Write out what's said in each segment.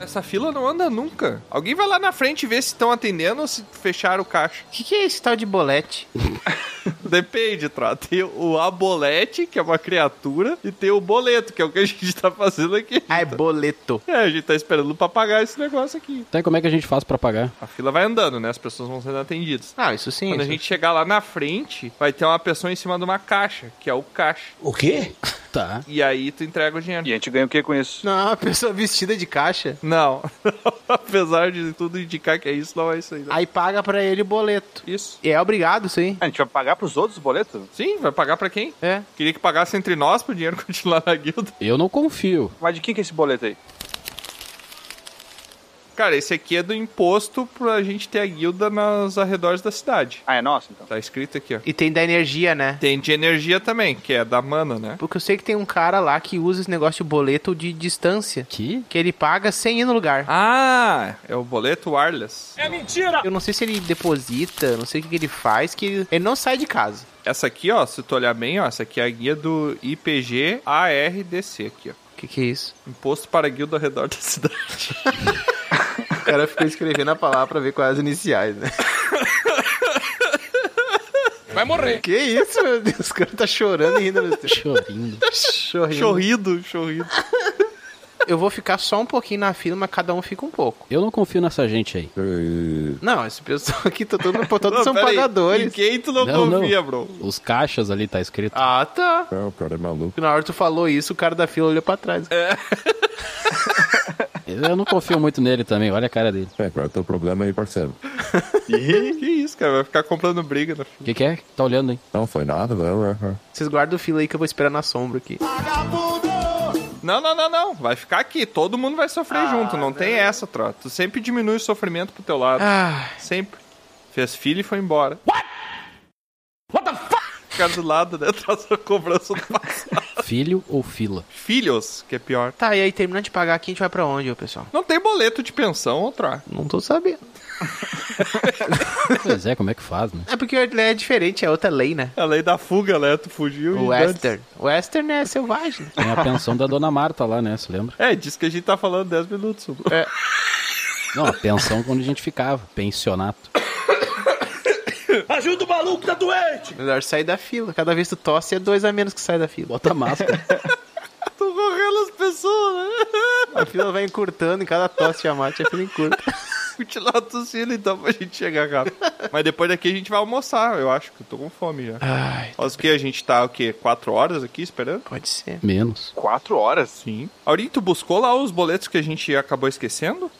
Essa fila não anda nunca. Alguém vai lá na frente ver se estão atendendo ou se fecharam o caixa. O que, que é esse tal de bolete? Depende, Trota. Tem o abolete, que é uma criatura, e tem o boleto, que é o que a gente tá fazendo aqui. Ah, é boleto. É, a gente tá esperando pra pagar esse negócio aqui. Então como é que a gente faz pra pagar? A fila vai andando, né? As pessoas vão sendo atendidas. Ah, isso sim. Quando a isso. gente chegar lá na frente, vai ter uma pessoa em cima de uma caixa, que é o caixa. O quê? Tá. E aí tu entrega o dinheiro. E a gente ganha o que com isso? Não, a pessoa vestida de caixa. Não, apesar de tudo indicar que é isso, não é isso ainda. Aí paga pra ele o boleto. Isso. E é obrigado, sim. A gente vai pagar pros outros o boleto? Sim, vai pagar pra quem? É. Queria que pagasse entre nós pro dinheiro continuar na guilda. Eu não confio. Mas de quem que é esse boleto aí? Cara, esse aqui é do imposto pra gente ter a guilda nos arredores da cidade. Ah, é nosso então. Tá escrito aqui, ó. E tem da energia, né? Tem de energia também, que é da mana, né? Porque eu sei que tem um cara lá que usa esse negócio de boleto de distância. Que? Que ele paga sem ir no lugar. Ah, é o boleto wireless. Eu não sei se ele deposita, não sei o que, que ele faz, que ele, ele não sai de casa. Essa aqui, ó, se tu olhar bem, ó, essa aqui é a guia do IPG ARDC aqui, ó. O que, que é isso? Imposto para a guilda ao redor da cidade. O cara ficou escrevendo a palavra pra ver quais as iniciais, né? Vai morrer. Que isso, meu Deus? O cara tá chorando e rindo. Chorindo. Chorrindo. Chorrido, chorrido. Eu vou ficar só um pouquinho na fila, mas cada um fica um pouco. Eu não confio nessa gente aí. Não, esse pessoal aqui, tá todo, todo, todos Não, são pera aí. pagadores. Em quem tu não, Não, não. confia, bro? Os caixas ali tá escrito. Ah, tá. Não, o cara é maluco. Na hora que tu falou isso, o cara da fila olhou pra trás. É. Eu não confio muito nele também. Olha a cara dele. É, qual é o teu problema aí, parceiro? que isso, cara? Vai ficar comprando briga né? na O que, que é? Tá olhando, hein? Não é, foi nada, velho. Vocês guardam o fila aí que eu vou esperar na sombra aqui. Não, não, não, não. Vai ficar aqui. Todo mundo vai sofrer junto. Não, tem essa, trota. Tu sempre diminui o sofrimento pro teu lado. Ah, Sempre. Fez filho e foi embora. What? What the fuck? Ficar do lado, né? Traz a cobrança do passado. Filho ou fila? Filhos, que é pior. tá, e aí terminando de pagar aqui, a gente vai pra onde, ô pessoal? Não tem boleto de pensão, outra. Não tô sabendo. Pois é, como é que faz, né? É porque é diferente, é outra lei, né? A lei da fuga, né? Tu fugiu O e... Western. O Western é selvagem. Tem a pensão da dona Marta lá, né? Você lembra? É, diz que a gente tá falando 10 minutos. Subu. É, Não, a pensão quando a gente ficava. Pensionato. Ajuda o maluco, tá doente! Melhor sair da fila. Cada vez que tu tosse, é dois a menos que sai da fila. Bota máscara. Tô correndo as pessoas, né? A fila vai encurtando e cada tosse de amate a fila encurta. Continuar tossindo então pra gente chegar, cara. Mas depois daqui a gente vai almoçar, eu acho, que eu tô com fome já. Ai, Olha que a gente tá, o quê? Quatro horas aqui esperando? pode ser. Menos. Quatro horas? Sim. Aurinho, tu buscou lá os boletos que a gente acabou esquecendo?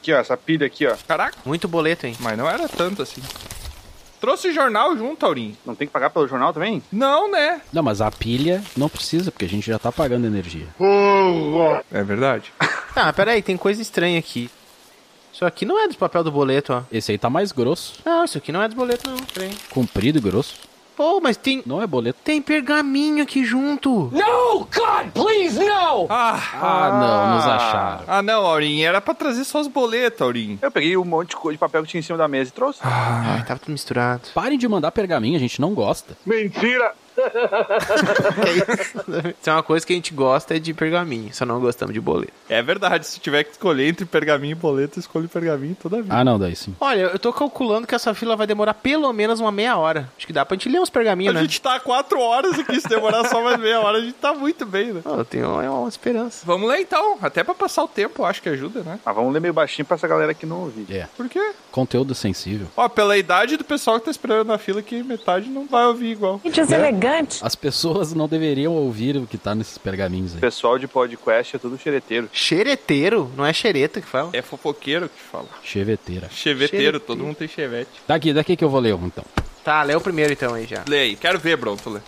Aqui, ó, essa pilha aqui, ó. Caraca, Muito boleto, hein? mas não era tanto assim. Trouxe jornal junto, Aurinho? Não tem que pagar pelo jornal também? Não, né? Não, mas a pilha não precisa, porque a gente já tá pagando energia. É verdade. Ah, peraí, tem coisa estranha aqui. Isso aqui não é do papel do boleto, ó. Esse aí tá mais grosso. Não, isso aqui não é do boleto, não. Peraí. Comprido e grosso. Pô, mas tem. Não é boleto. Tem pergaminho aqui junto. Ah, Ah, não, nos acharam. ah não, Aurinho, era pra trazer só os boletos, Aurinho. Eu peguei um monte de co- de papel que tinha em cima da mesa e trouxe. Ai, Ah, tava tudo misturado. Parem de mandar pergaminho, a gente não gosta. Isso é uma coisa que a gente gosta é de pergaminho, só não gostamos de boleto. É verdade, se tiver que escolher entre pergaminho e boleto, eu escolho pergaminho toda vez. Ah, não, daí sim. Olha, eu tô calculando que essa fila vai demorar pelo menos uma meia hora. Acho que dá pra gente ler uns pergaminhos, A né? gente tá há quatro horas aqui, se demorar só mais meia hora, a gente tá muito bem, né? Oh, eu tenho é uma esperança. Vamos lá então, até pra passar o tempo, eu acho que ajuda, né? Mas vamos ler meio baixinho pra essa galera que não ouvir. É. Por quê? Conteúdo sensível. Ó, pela idade do pessoal que tá esperando na fila, que metade não vai ouvir igual. Que Né? deselegante. As pessoas não deveriam ouvir o que tá nesses pergaminhos O aí. pessoal de podcast é tudo xereteiro. Xereteiro? Não é xereta que fala? É fofoqueiro que fala. Cheveteira. Cheveteiro, todo mundo tem chevette. Daqui, daqui que eu vou ler um, então. Tá, lê o primeiro então aí já. Lê aí, quero ver, Bron, tu lê.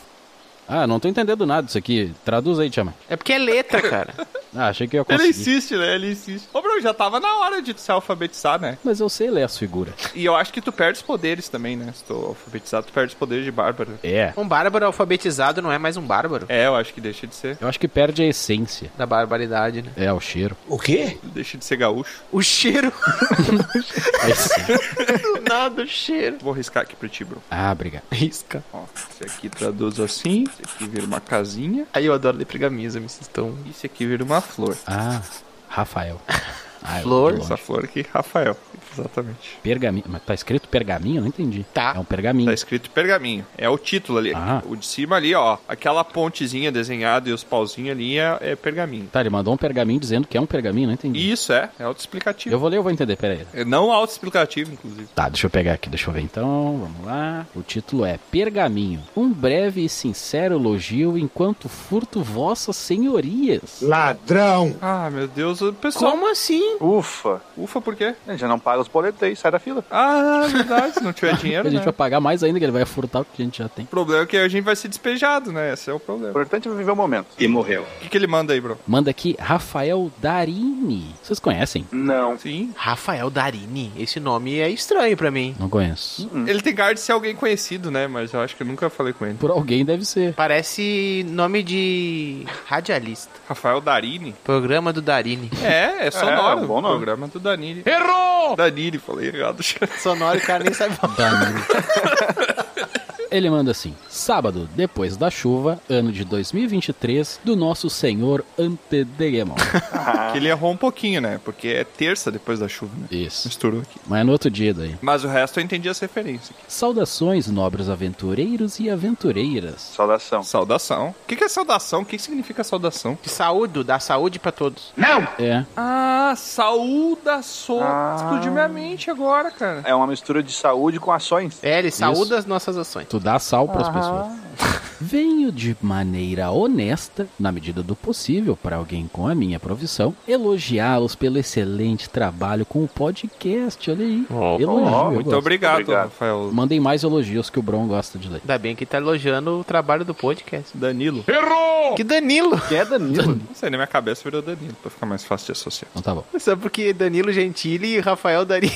Ah, não tô entendendo nada disso aqui. Traduz aí, Tiamat. É porque é letra, cara. Ah, achei que eu ia Ele conseguir. insiste, né? Ele insiste. Ô, Bron, já tava na hora de se alfabetizar, né? Mas eu sei ler as figuras. E eu acho que tu perde os poderes também, né? Se tu alfabetizar, tu perde os poderes de Bárbara. É. Um bárbaro alfabetizado não é mais um bárbaro. É, eu acho que deixa de ser. Eu acho que perde a essência. Da barbaridade, né? É, o cheiro. O quê? Deixa de ser gaúcho. O cheiro. Aí sim. Do nada, o cheiro. Vou riscar aqui pra ti, Bron. Ah, obrigado. Risca. Ó, esse aqui traduz assim. Esse aqui vira uma casinha. Aí eu adoro ler me vocês estão. Esse aqui vira uma flor. Ah, Rafael. Ah, eu Flor. vi longe. Essa flor aqui, Rafael. Exatamente. Pergaminho. Mas tá escrito pergaminho? Eu não entendi. Tá. É um pergaminho. Tá escrito pergaminho. É o título ali. Ah. O de cima ali, ó. Aquela pontezinha desenhada e os pauzinhos ali é, é pergaminho. Tá, ele mandou um pergaminho dizendo que é um pergaminho, não entendi. Isso é, é autoexplicativo. Eu vou ler ou vou entender? Pera aí. É não autoexplicativo, inclusive. Tá, deixa eu pegar aqui, deixa eu ver então, vamos lá. O título é Pergaminho, um breve e sincero elogio enquanto furto vossas senhorias. Ladrão! Ah, meu Deus, o pessoal. Como assim? Ufa. Ufa, por quê? Ele já não paga os boletos aí, sai da fila. Ah, verdade, se não tiver dinheiro, a gente né? vai pagar mais ainda que ele vai furtar o que a gente já tem. O problema é que a gente vai ser despejado, né? Esse é o O problema. importante é viver o momento. E morreu. O que, que ele manda aí, bro? Manda aqui Rafael Darini. Vocês conhecem? Não. Sim. Rafael Darini. Esse nome é estranho pra mim. Não conheço. Ele tem cara de ser alguém conhecido, né? Mas eu acho que eu nunca falei com ele. Por alguém deve ser. Parece nome de radialista. Rafael Darini? Programa do Darini. É, é sonoro. é um bom nome. Programa do Danini. Errou! Danini, falei errado. Sonoro, o cara nem sabe falar. Danilo. Ele manda assim: Sábado, depois da chuva, ano de 2023, do nosso senhor Antedemon. Que ele errou um pouquinho, né? Porque é terça depois da chuva, né? Isso. Misturou aqui. Mas é no outro dia daí. Mas o resto eu entendi as referências. aqui. Saudações, nobres aventureiros e aventureiras. Saudação. Saudação. O que, que é saudação? O que, que significa saudação? De saúde, dá saúde pra todos. É, Ah, saudação. Ah. Explodiu minha mente agora, cara. É uma mistura de saúde com ações. É, ele saúda as nossas ações. tu dá sal pras pessoas. Venho de maneira honesta, na medida do possível, para alguém com a minha profissão, elogiá-los pelo excelente trabalho com o podcast. Olha aí. Ó, Elogio. eu Muito gosto. obrigado, Obrigado. Rafael. Mandem mais elogios que o Bron gosta de ler. Ainda bem que tá elogiando o trabalho do podcast. Danilo. Que Danilo! Que é Danilo? Não sei, na minha cabeça virou Danilo, pra ficar mais fácil de associar. Então tá bom. Só porque Danilo Gentili e Rafael Darini.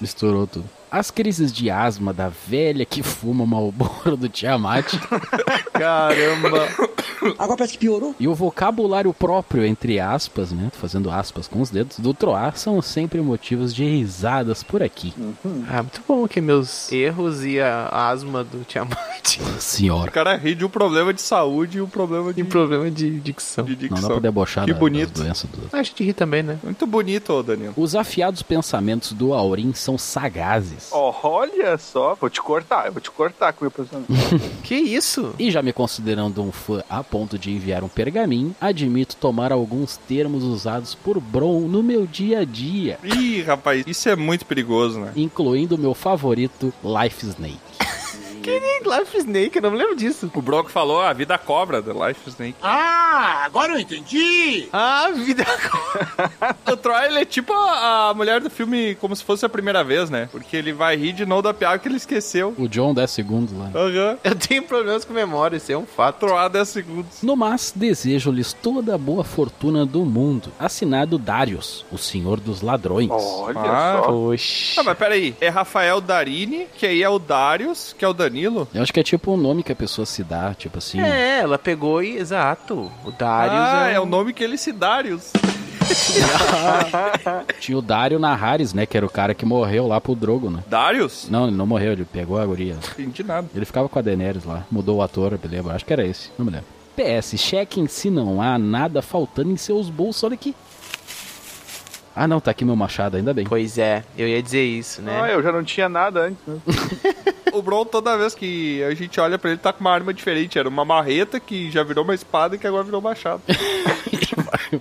Misturou tudo. As crises de asma da velha que fuma malboro do Tiamat Caramba! Agora parece que piorou. e o vocabulário próprio, entre aspas, né? tô Fazendo aspas com os dedos, do Troar são sempre motivos de risadas por aqui. Ah, muito bom que meus erros e a asma do Tiamat O Senhora. cara ri de um problema de saúde e um problema de, tem problema de dicção. de Não dicção. dá pra debochar Que da- bonito. das doenças do... A gente ri também, né? Muito bonito, ô Danilo. Os afiados pensamentos do Aurim são sagazes. Oh, olha só, vou te cortar, eu vou te cortar com o meu pensamento. Que isso? E já me considerando um fã a ponto de enviar um pergaminho, admito tomar alguns termos usados por Bron no meu dia a dia, Ih, rapaz, isso é muito perigoso, né? incluindo meu favorito, Life Snake. Tem Life Snake, eu não me lembro é disso. O Brock falou "Ah, a vida cobra da Life Snake. Ah, agora eu entendi! Ah, vida. O Troy, ele é tipo a, a mulher do filme como se fosse a primeira vez, né? Porque ele vai rir de novo da piada que ele esqueceu. O John 10 segundos lá. Aham. Eu tenho problemas com memória, isso é um fato. Troar 10 segundos. No mas, desejo-lhes toda a boa fortuna do mundo. Assinado Darius, o senhor dos ladrões. Olha Ah, só. Poxa. Ah, mas peraí. É Rafael Darini, que aí é o Darius, que é o Danilo. Eu acho que é tipo um nome que a pessoa se dá, tipo assim. É, ela pegou e. Exato. O Darius ah, é, é um- o nome que ele se Darius. Tinha o Dario Naharis, né? Que era o cara que morreu lá pro Drogo, né? Darius? Não, ele não morreu, ele pegou a guria. Entendi nada. Ele ficava com a Daenerys lá. Mudou o ator, eu lembro. Acho que era esse, não me lembro. PS, chequem se não há nada faltando em seus bolsos. Olha aqui. Ah, não, tá aqui meu machado, ainda bem. Pois é, eu ia dizer isso, né? Ah, é eu já não tinha nada antes. né? O Bron, toda vez que a gente olha pra ele, tá com uma arma diferente. Era uma marreta que já virou uma espada e que agora virou um machado.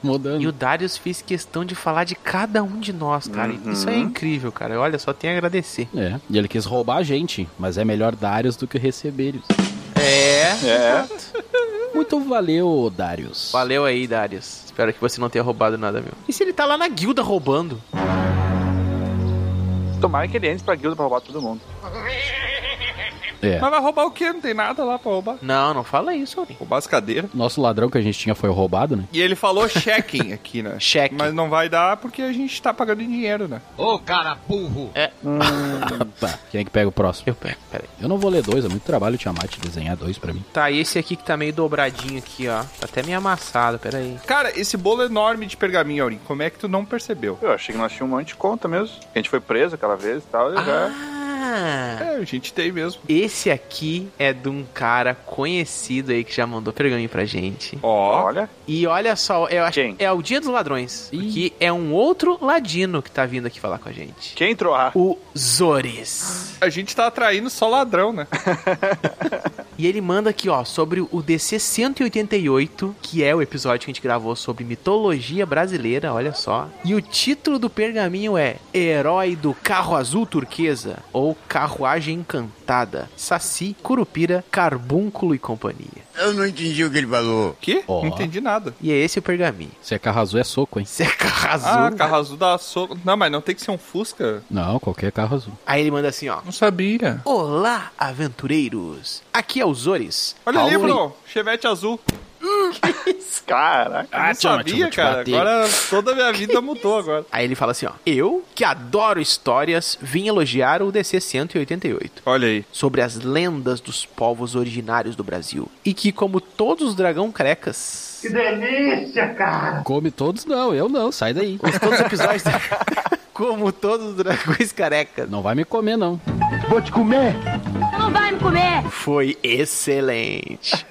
Mudando. E o Darius fez questão de falar de cada um de nós, cara. Uhum. Isso é incrível, cara. Olha, só tenho a agradecer. É, e ele quis roubar a gente, mas é melhor Darius do que receber. É. É. Muito valeu, Darius. Valeu aí, Darius. Espero que você não tenha roubado nada, meu. E se ele tá lá na guilda roubando? Tomara que ele entre pra guilda pra roubar todo mundo. É. Mas vai roubar o quê? Não tem nada lá pra roubar. Não, não fala isso, Aurim. Roubar as cadeiras. Nosso ladrão que a gente tinha foi roubado, né? E ele falou checking aqui, né? Cheque. Mas não vai dar porque a gente tá pagando em dinheiro, né? Ô, cara burro! Opa, quem é que pega o próximo? Eu pego, peraí. Eu não vou ler dois, é muito trabalho o Tiamat desenhar dois pra mim. Tá, e esse aqui que tá meio dobradinho aqui, ó. Tá até meio amassado, peraí. Cara, esse bolo enorme de pergaminho, Aurim, como é que tu não percebeu? Eu achei que nós tínhamos um monte de conta mesmo. A gente foi preso aquela vez e tal. e já... Ah! É, a gente tem mesmo. Esse aqui é de um cara conhecido aí que já mandou pergaminho pra gente. Ó, Olha. E olha só, eu acho Quem? que é o Dia dos Ladrões. Ih. Que é um outro ladino que tá vindo aqui falar com a gente. Quem entrou? Ah, O Zores. a gente tá atraindo só ladrão, né? E ele manda aqui, ó, sobre o DC 188, que é o episódio que a gente gravou sobre mitologia brasileira, olha só. E o título do pergaminho é Herói do Carro Azul Turquesa ou Carruagem Encantada, Saci, Curupira, Carbúnculo e Companhia. Eu não entendi o que ele falou. Que? Ó. Não entendi nada. E é esse o pergaminho. Se é carro azul, é soco, hein? Se é carro Ah, azul. carro azul da soco. Não, mas não tem que ser um Fusca? Não, qualquer carro azul. Aí ele manda assim, ó. Não sabia. Olá, aventureiros! Aqui é o Zores. Olha ali, Paulo- Bruno. Chevette azul. caraca. Eu não tchau, tchau, sabia, vou te cara. bater. Agora toda a minha vida mudou agora. Aí ele fala assim, ó. Eu, que adoro histórias, vim elogiar o DC 188 Olha aí. sobre as lendas dos povos originários do Brasil. E que, como todos os dragão carecas, Come todos, não, eu não, sai daí. todos os episódios... como todos os dragões carecas, Não vai me comer, não. Não vai me comer! foi excelente.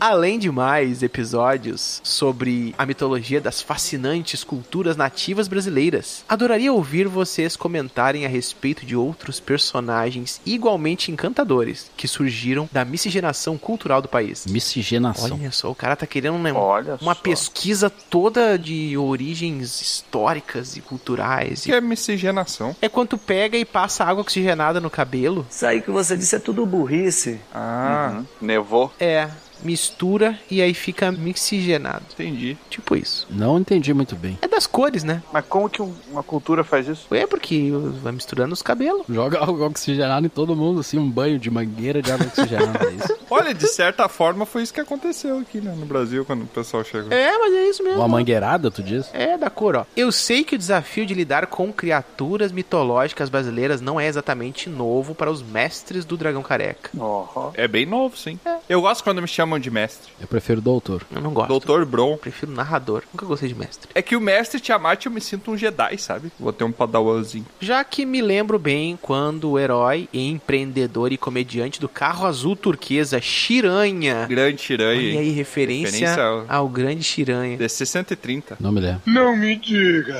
Além de mais episódios sobre a mitologia das fascinantes culturas nativas brasileiras, adoraria ouvir vocês comentarem a respeito de outros personagens igualmente encantadores que surgiram da miscigenação cultural do país. Miscigenação. Olha só, o cara tá querendo né, Olha uma só. pesquisa toda de origens históricas e culturais. Isso que é miscigenação. É quando tu pega e passa água oxigenada no cabelo. Isso aí que você disse é tudo burrice. Ah, Uhum. Nevou. É, mistura e aí fica mixigenado. entendi. Tipo isso. Não entendi muito bem. É das cores, né? Mas como que um- uma cultura faz isso? É porque vai misturando os cabelos. Joga algo oxigenado em todo mundo, assim, um banho de mangueira de água oxigenada. é isso. Olha, de certa forma foi isso que aconteceu aqui né, no Brasil quando o pessoal chegou. É, mas é isso mesmo. Uma mangueirada, tu diz? É, da cor, ó. Eu sei que o desafio de lidar com criaturas mitológicas brasileiras não é exatamente novo para os mestres do Dragão Careca. Ó, É bem novo, sim. Eu gosto quando me chamam de mestre. Eu prefiro doutor. Eu não gosto. Doutor Bron. Prefiro narrador. Nunca gostei de mestre. É que o mestre Tiamat eu me sinto um Jedi, sabe? Vou ter um padawanzinho. Já que me lembro bem quando o herói, empreendedor e comediante do carro azul turquesa, Chiranha. Grande Shirai. E aí, referência, Referência ao- ao grande Chiranha. DC 130. Não me lembro.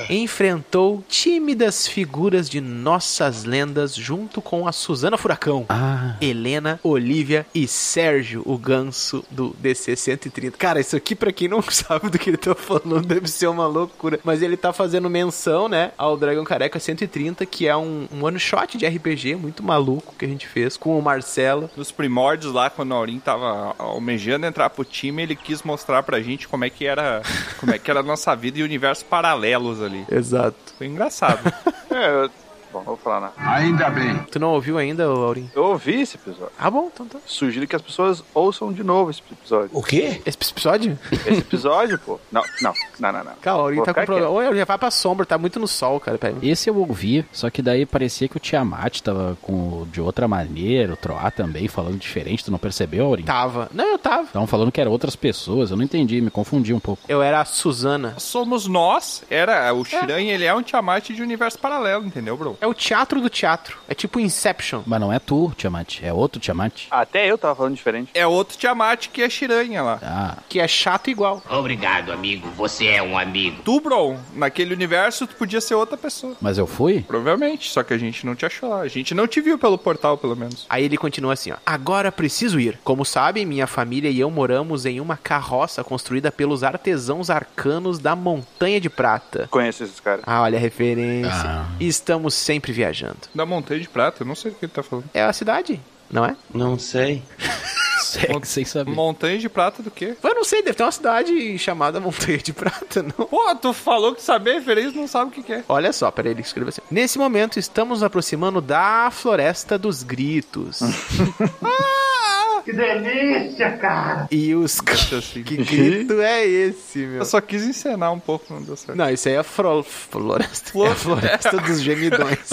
Enfrentou tímidas figuras de nossas lendas junto com a Suzana Furacão. Ah, Helena, Olivia e Sérgio, o ganso do DC 130. Cara, isso aqui, pra quem não sabe do que ele tá falando, deve ser uma loucura. Mas ele tá fazendo menção, né, ao Dragon Careca 130, que é um, um one-shot de RPG muito maluco que a gente fez com o Marcelo. Nos primórdios lá, quando o Aurim tava almejando entrar pro time, ele quis mostrar pra gente como é que era, como é que era a nossa vida e universos paralelos ali. Exato. Foi engraçado. é, eu... Bom, não vou falar nada. Tu não ouviu ainda, Aurim? Eu ouvi esse episódio. Ah, bom, então tá. Sugiro que as pessoas ouçam de novo esse episódio. O quê? Esse episódio? Esse episódio, pô. Não, não, não, não, não. Cara, o Aurim Vou tá com ficar problema. Ou ele já vai pra sombra, tá muito no sol, cara. Pera aí. esse eu ouvi, só que daí parecia que o Tiamat tava com de outra maneira, o Troá também falando diferente, tu não percebeu, Aurim? Tava. Não, eu tava. Estavam falando que eram outras pessoas, eu não entendi, me confundi um pouco. Eu era a Suzana. Somos nós, era o Shiran, ele é um Tiamat de universo paralelo, entendeu, bro? É o teatro do teatro. É tipo Inception. Mas não é tu, Tiamat, é outro Tiamat. Até eu tava falando diferente. É outro Tiamat que é Shiranha lá. Ah, Que é chato igual. Obrigado, amigo. Você é um amigo. Tu, Bron, naquele universo, tu podia ser outra pessoa. mas eu fui? Provavelmente, só que a gente não te achou lá. A gente não te viu pelo portal, pelo menos. Aí ele continua assim, ó. Agora preciso ir. Como sabem, minha família e eu moramos em uma carroça construída pelos artesãos arcanos da Montanha de Prata. Conheço esses caras. Ah, olha a referência. Ah. Estamos sempre viajando. Da Montanha de Prata, eu não sei o que ele tá falando. É a cidade, não é? Não sei. Segue É sem saber. Montanha de Prata do quê? Eu não sei, deve ter uma cidade chamada Montanha de Prata, não? Pô, tu falou que sabia referência não sabe o que, que é. Olha só, peraí, ele escreveu assim. Nesse momento, estamos nos aproximando da Floresta dos Gritos. que delícia, cara! E os... Isso assim. Que grito é esse, meu? Eu só quis encenar um pouco, não deu certo. Não, isso aí é a fro- floresta. Flor- É a floresta dos gemidões.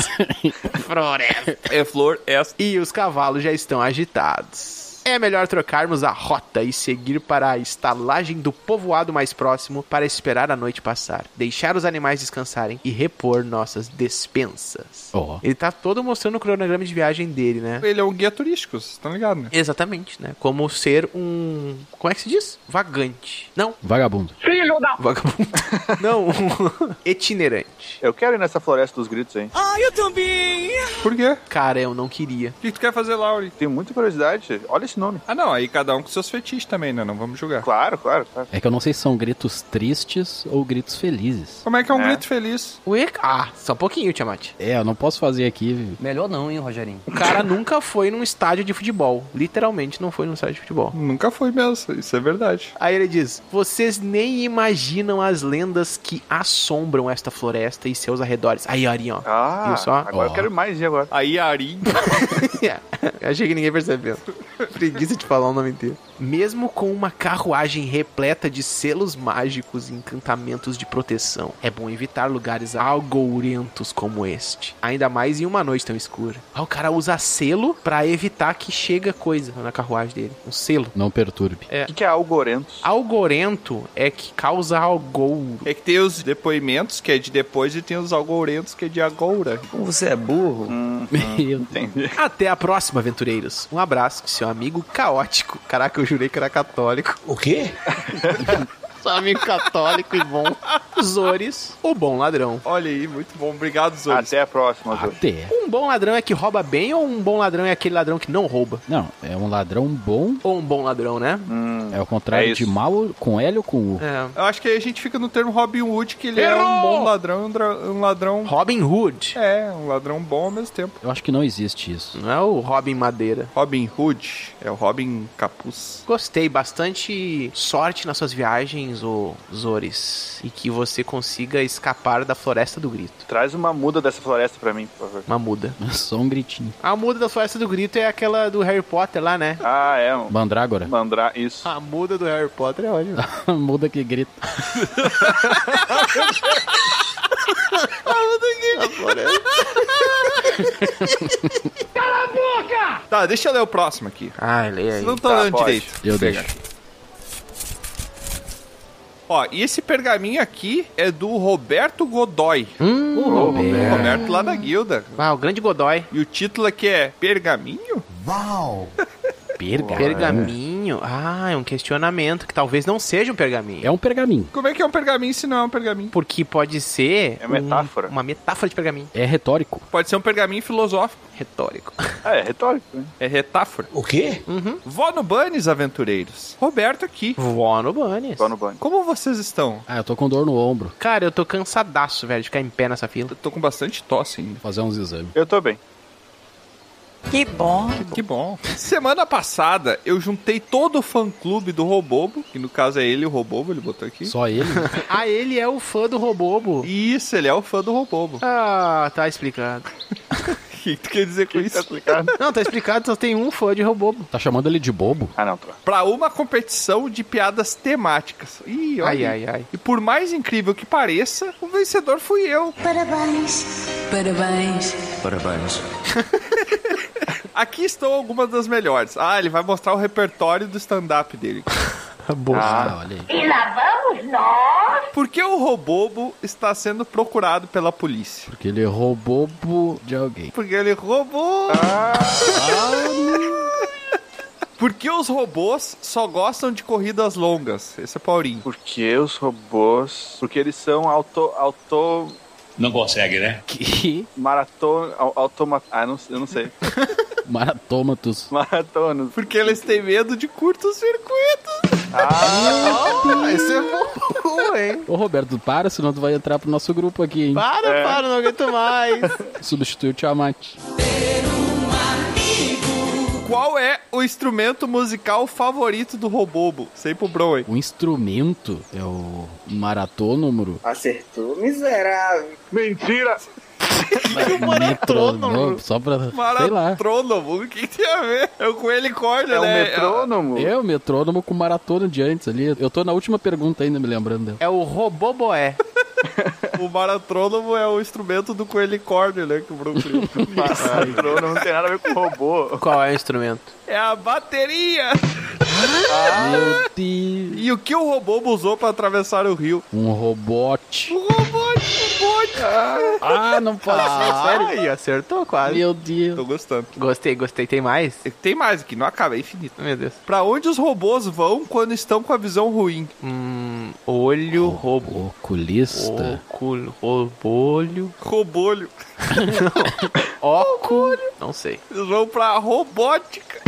É flor, é e os cavalos já estão agitados. é melhor trocarmos a rota e seguir para a estalagem do povoado mais próximo para esperar a noite passar, deixar os animais descansarem e repor nossas despensas. Ó. Ele tá todo mostrando o cronograma de viagem dele, né? Ele é um guia turístico, vocês estão ligados, né? Exatamente, né? Como ser um. Como é que se diz? Vagante. Não, Vagabundo. vagabundo. Ah. Não, um itinerante. Eu quero ir nessa floresta dos gritos, hein? Por quê? Cara, eu não queria. O que tu quer fazer, Lauri? Tenho muita curiosidade. Olha esse nome. Ah, não, aí cada um com seus fetiches também, né? Não vamos julgar. Claro, claro, claro. É que eu não sei se são gritos tristes ou gritos felizes. Como é que é um É. grito feliz? Ué, ah, só um pouquinho, Tiamat. É, eu não posso fazer aqui. Melhor não, hein, Rogerinho? O cara nunca foi num estádio de futebol. Literalmente não foi num estádio de futebol. Nunca foi mesmo, isso é verdade. Aí ele diz: Vocês nem imaginam as lendas que assombram esta floresta e seus arredores. Aí, Arinho, ó. Ah, Viu só? agora Ó. eu quero mais ir agora. Ah, Aí a Arin. Achei que ninguém percebeu. Preguiça de falar o nome inteiro. Mesmo com uma carruagem repleta de selos mágicos e encantamentos de proteção, é bom evitar lugares algourentos como este. Ainda mais em uma noite tão escura. Ah, o cara usa selo pra evitar que chega coisa na carruagem dele. Um selo. Não perturbe. O que, que é Algorentos? Algorento é que causa algouro. É que tem os depoimentos, que é de depois, e tem os algourentos, que é de agora. Como você é burro? Hum, Meu Entendi. Até a próxima, aventureiros. Um abraço, seu amigo caótico. Caraca, eu jurei que era católico. O quê? seu amigo católico e bom. Zores, o bom ladrão. Olha aí, muito bom. Obrigado, Zoris. Até a próxima, Zuri. Até. Um bom ladrão é que rouba bem ou um bom ladrão é aquele ladrão que não rouba? Não, é um ladrão bom. Ou um bom ladrão, né? Hum, É o contrário É isso. de mal com L ou com U. É. Eu acho que aí a gente fica no termo Robin Hood, que ele é um bom ladrão, um, dra- um ladrão. Robin Hood. É, um ladrão bom ao mesmo tempo. Eu acho que não existe isso. Não é o Robin Madeira. Robin Hood é o Robin Capuz. Gostei, bastante sorte nas suas viagens, ô Zores. E que você consiga escapar da floresta do grito. traz uma muda dessa floresta pra mim, por favor. Uma muda. Só um gritinho. A muda da floresta do grito é aquela do Harry Potter lá, né? Ah, é. Um... Mandrágora. Mandrar, isso. A muda do Harry Potter é ótima. Muda que grita. Tá, deixa eu ler o próximo aqui. Ai, leia Ah, aí. Não tô Tá, lendo pode. direito. Eu Pega. deixo. Ó, e esse pergaminho aqui é do Roberto Godoy. Ô, Hum, Roberto. Roberto lá da guilda. Ah, o grande Godoy. E o título aqui é Pergaminho? Perga. Pergaminho. Ah, é um questionamento que talvez não seja um pergaminho. É um pergaminho. Como é que é um pergaminho se não é um pergaminho? Porque pode ser. É metáfora. um- uma metáfora de pergaminho. É retórico. Pode ser um pergaminho filosófico. Retórico. Ah, é retórico, né? É retáfora. O quê? Uhum. Vó no Bunnies, aventureiros. Roberto aqui. Vó no Bunny. Só no banco. Como vocês estão? Ah, eu tô com dor no ombro. Cara, eu tô cansadaço, velho, de ficar em pé nessa fila. Eu tô com bastante tosse ainda. Vou Fazer uns exames. Eu tô bem. Que bom. Que bom. Semana passada, eu juntei todo o fã-clube do Robobo, que no caso é ele, o Robobo, ele botou aqui. Só ele? ah, ele é o fã do Robobo. Isso, ele é o fã do Robobo. Ah, tá explicado. O que tu quer dizer com isso? Não, tá explicado, só tem um fã de Robobo. tá chamando ele de bobo? Ah, não, troca. Pra uma competição de piadas temáticas. Ih, olha. Ai, aí. ai, ai. E por mais incrível que pareça, o vencedor fui eu. Parabéns. Aqui estão algumas das melhores. Ah, ele vai mostrar o repertório do stand-up dele. Ah, olha aí. E lá vamos nós. Por que o Robobo está sendo procurado pela polícia? Porque ele roubou bo- de alguém. Porque ele roubou. Ah. Por que os robôs só gostam de corridas longas? Esse é o Paulinho. Porque os robôs. Porque eles são auto. auto Não consegue, né? Que maratona. Automa... Ah, não, eu não sei. maratômatos. Maratonos. Porque eles têm medo de curtos circuitos. Ah, esse é bom, hein? Ô, Roberto, para, senão tu vai entrar pro nosso grupo aqui, hein? Para, É. para, não aguento mais. Substitui o Tiamat. Qual é o instrumento musical favorito do Robobo? Sei pro Broen. O instrumento é o maratônomo. Acertou, miserável. Mentira! Metrônomo. Só pra... Sei lá. Maratrônomo? O que tem a ver? É o coelho corda, É um né? metrônomo? É o metrônomo com maratona de antes ali. Eu tô na última pergunta ainda, me lembrando dela. É o Roboboé. O baratrônomo é o instrumento do coelicórnio, né? Que o Bruno criou. Patrão não tem nada a ver com robô. Qual é o instrumento? É a bateria! Meu Deus. E o que o robô usou pra atravessar o rio? Um robote. O robô de bote! Ah, não pode ser. Sério? Aí, acertou quase. Meu Deus. Tô gostando. Gostei, gostei. Tem mais? Tem mais aqui, não acaba, é infinito. Meu Deus. Pra onde os robôs vão quando estão com a visão ruim? Hum, olho, robô. Oculista. Óculo, robolho, Robolho. óculo, não sei. Eles vão pra robótica.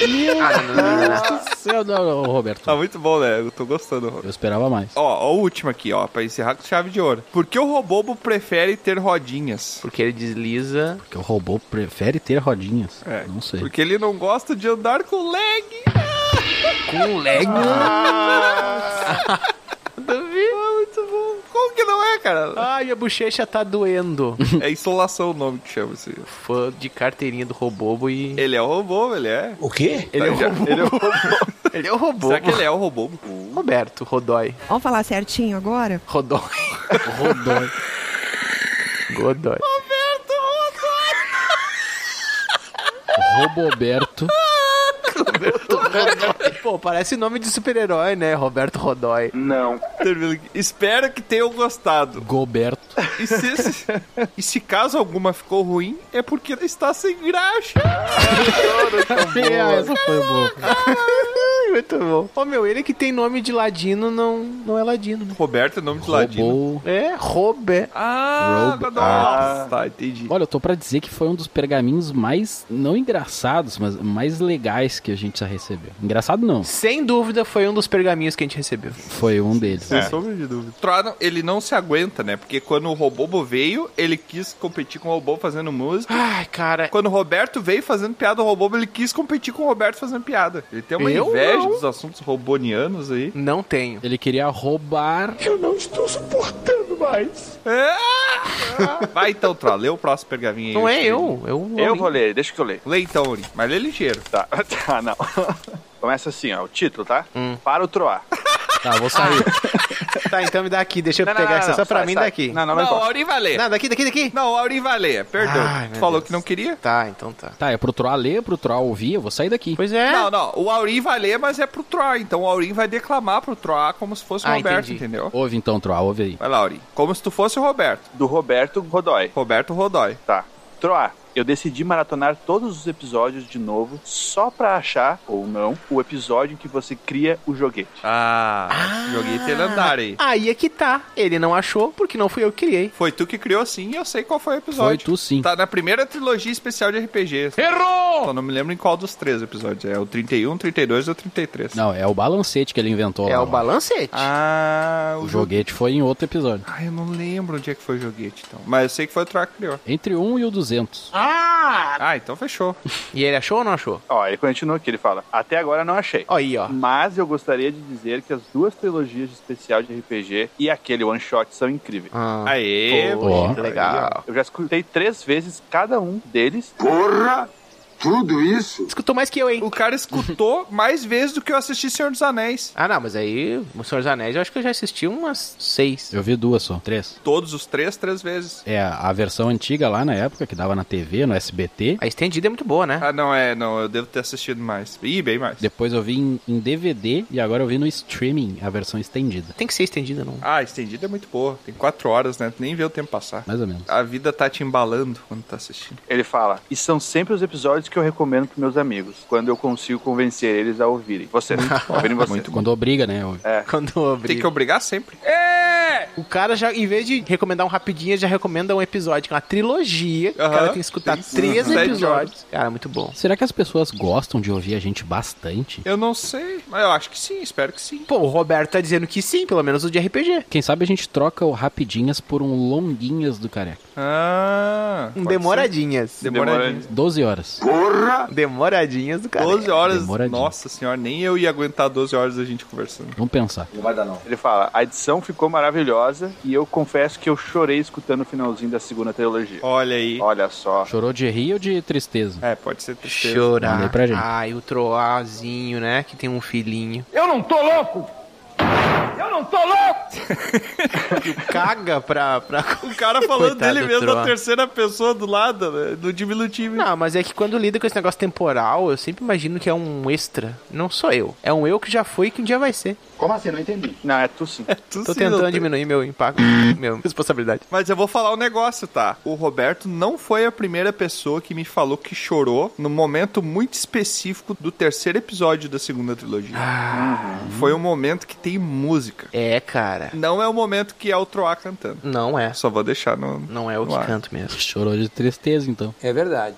Meu Deus do céu. Ah, Não, não, Roberto. Tá muito bom, né? Eu tô gostando, Roberto. Eu esperava mais. Ó, ó, o último aqui, ó, pra encerrar com chave de ouro. Por que o Robobo prefere ter rodinhas? Porque ele desliza. Porque o robô prefere ter rodinhas. É, Não sei. Porque ele não gosta de andar com leg. Com leg. Ah, muito bom. Como que não é, cara? Ai, a bochecha tá doendo. É insolação o nome que chama esse. Fã de carteirinha do Robobo e. Ele é o robô, ele é. O quê? Ele é o robô. Ele é o robô. Ele é o um robô. Será que ele é o robô? Roberto, Rodói. Vamos falar certinho agora? Rodói. Rodói. Godói. Roboberto. Pô, parece nome de super-herói, né? Roberto Rodói. Não. Termina aqui. Espero que tenham gostado. Goberto. E se, esse- e se caso alguma ficou ruim, é porque está sem graxa. Ah, essa foi boa. Ai, muito bom. Ô, meu, ele que tem nome de ladino não, não é ladino, né? Roberto é nome de ladino. Robô. É, Robé. Ah, Robo- nossa. Tá, entendi. Olha, eu tô pra dizer que foi um dos pergaminhos mais, não engraçados, mas mais legais que a gente já recebeu. Engraçado não, Sem dúvida foi um dos pergaminhos que a gente recebeu. foi um deles. Sem sombra de dúvida. Tron, ele não se aguenta, né? Porque quando o Robobo veio, ele quis competir com o Robô fazendo música. Ai, cara. Quando o Roberto veio fazendo piada do Robobo, ele quis competir com o Roberto fazendo piada. Ele tem uma Eu inveja não. dos assuntos robonianos aí. Não tenho. Ele queria roubar. Vai então, Tron, lê o próximo pergaminho aí. Não é te- eu. Eu, Eu vou ler, deixa que eu leio. Lê então, Uri, mas lê ligeiro. Tá, tá, não. Começa assim, ó, o título, tá? Hum. Para o Troar. Tá, vou sair. Tá, então me dá aqui. Deixa eu Não, não, pegar não, essa não, só pra sai, mim sai. daqui. Não, não, não. importa. Uri vai ler. Não, daqui, daqui, daqui. Não, a Uri vai ler, perdão. Ai, tu meu falou Deus. que não queria? Tá, então tá. Tá, é pro Troá ler, pro Troá ouvir, eu vou sair daqui. Pois é. Não, não. O Aurim vai ler, mas é pro Troá. Então o Aurim vai declamar pro Troá como se fosse o Ah, Roberto, entendi. entendeu? Ouve então, Troá, ouve aí. Vai lá, Aurim. Como se tu fosse o Roberto. Do Roberto Rodói. Roberto Rodói. Tá. Troar, eu decidi maratonar todos os episódios de novo só pra achar, ou não, o episódio em que você cria o joguete. Ah, joguei Telandari aí. Aí é que tá. Ele não achou porque não fui eu que criei. Foi tu que criou sim e eu sei qual foi o Foi episódio. tu sim. Tá na primeira trilogia especial de RPG. Errou! Só não me lembro em qual dos três episódios. É o 31, 32 ou 33. Não, é o balancete que ele inventou é lá. o ó. balancete. Ah, o O jogo. joguete foi em outro episódio. Ah, eu não lembro onde é que foi o joguete, então. Mas eu sei que foi o Troca que criou. Entre um e o 200. Ah, então fechou. E ele achou ou não achou? Ó, ele continua aqui, ele fala. Até agora não achei. Ó aí, ó. Mas eu gostaria de dizer que as duas trilogias de especial de RPG e aquele one shot são incríveis. Ah, Aê, pô, pô. legal. Eu já escutei três vezes cada um deles. Escutou mais que eu, hein? O cara escutou mais vezes do que eu assisti Senhor dos Anéis. Ah, não, mas aí, O Senhor dos Anéis, eu acho que eu já assisti umas seis. Eu vi duas só, três. Todos os três, três vezes. É a versão antiga lá na época, que dava na TV, no SBT. A estendida é muito boa, né? Ah, não, é, não. Eu devo ter assistido mais. Ih, bem mais. Depois eu vi em, em DVD e agora eu vi no streaming, a versão estendida. Tem que ser estendida, não. Ah, estendida é muito boa. Tem quatro horas, né? Tu nem vê o tempo passar. Mais ou menos. A vida tá te embalando quando tá assistindo. Ele fala, e são sempre os episódios que eu recomendo pros meus amigos, quando eu consigo convencer eles a ouvirem. Vocês, ouvirem vocês. Quando obriga, né? eu- Quando Tem obriga. que obrigar sempre. É. O cara já, em vez de recomendar um rapidinho, já recomenda um episódio, que é uma trilogia. Aham. o cara tem que escutar Tem três sete episódios. Cara, muito bom. Será que as pessoas gostam de ouvir a gente bastante? Eu não sei, mas eu acho que sim, espero que sim. Pô, o Roberto tá dizendo que sim, pelo menos o de RPG. Quem sabe a gente troca o Rapidinhas por um Longuinhas do Careca. Ah, Um pode demoradinhas. ser. Ah. Demoradinho. 12 horas. Demoradinhas do cara. 12 horas. Demoradinho. Nossa senhora, nem eu ia aguentar 12 horas a gente conversando. Vamos pensar. Ele fala, a edição ficou maravilhosa e eu confesso que eu chorei escutando o finalzinho da segunda trilogia. Olha aí. Olha só. Chorou de rir ou de tristeza? É, pode ser tristeza. Mandei Chorar. pra gente. Ai, o troazinho, né? Que tem um filhinho. Eu não tô louco! não tô louco! Caga pra. pra... O cara falando Coitado dele do mesmo, Troá. a terceira pessoa do lado, né, do diminutivo. Não, mas é que quando lida com esse negócio temporal, eu sempre imagino que é um extra. Não sou eu. É um eu que já foi e que um dia vai ser. Como assim? Não entendi. Não, é tu sim. Tu Tô se não tentando tem. diminuir meu impacto, minha responsabilidade. Mas eu vou falar um negócio, tá? O Roberto não foi a primeira pessoa que me falou que chorou no momento muito específico do terceiro episódio da segunda trilogia. Ah. Foi um momento que tem música. É, cara. Não é o momento que é o Troá cantando. Não é. Só vou deixar no. Não é o no que ar. canto mesmo. Chorou de tristeza, então. É verdade.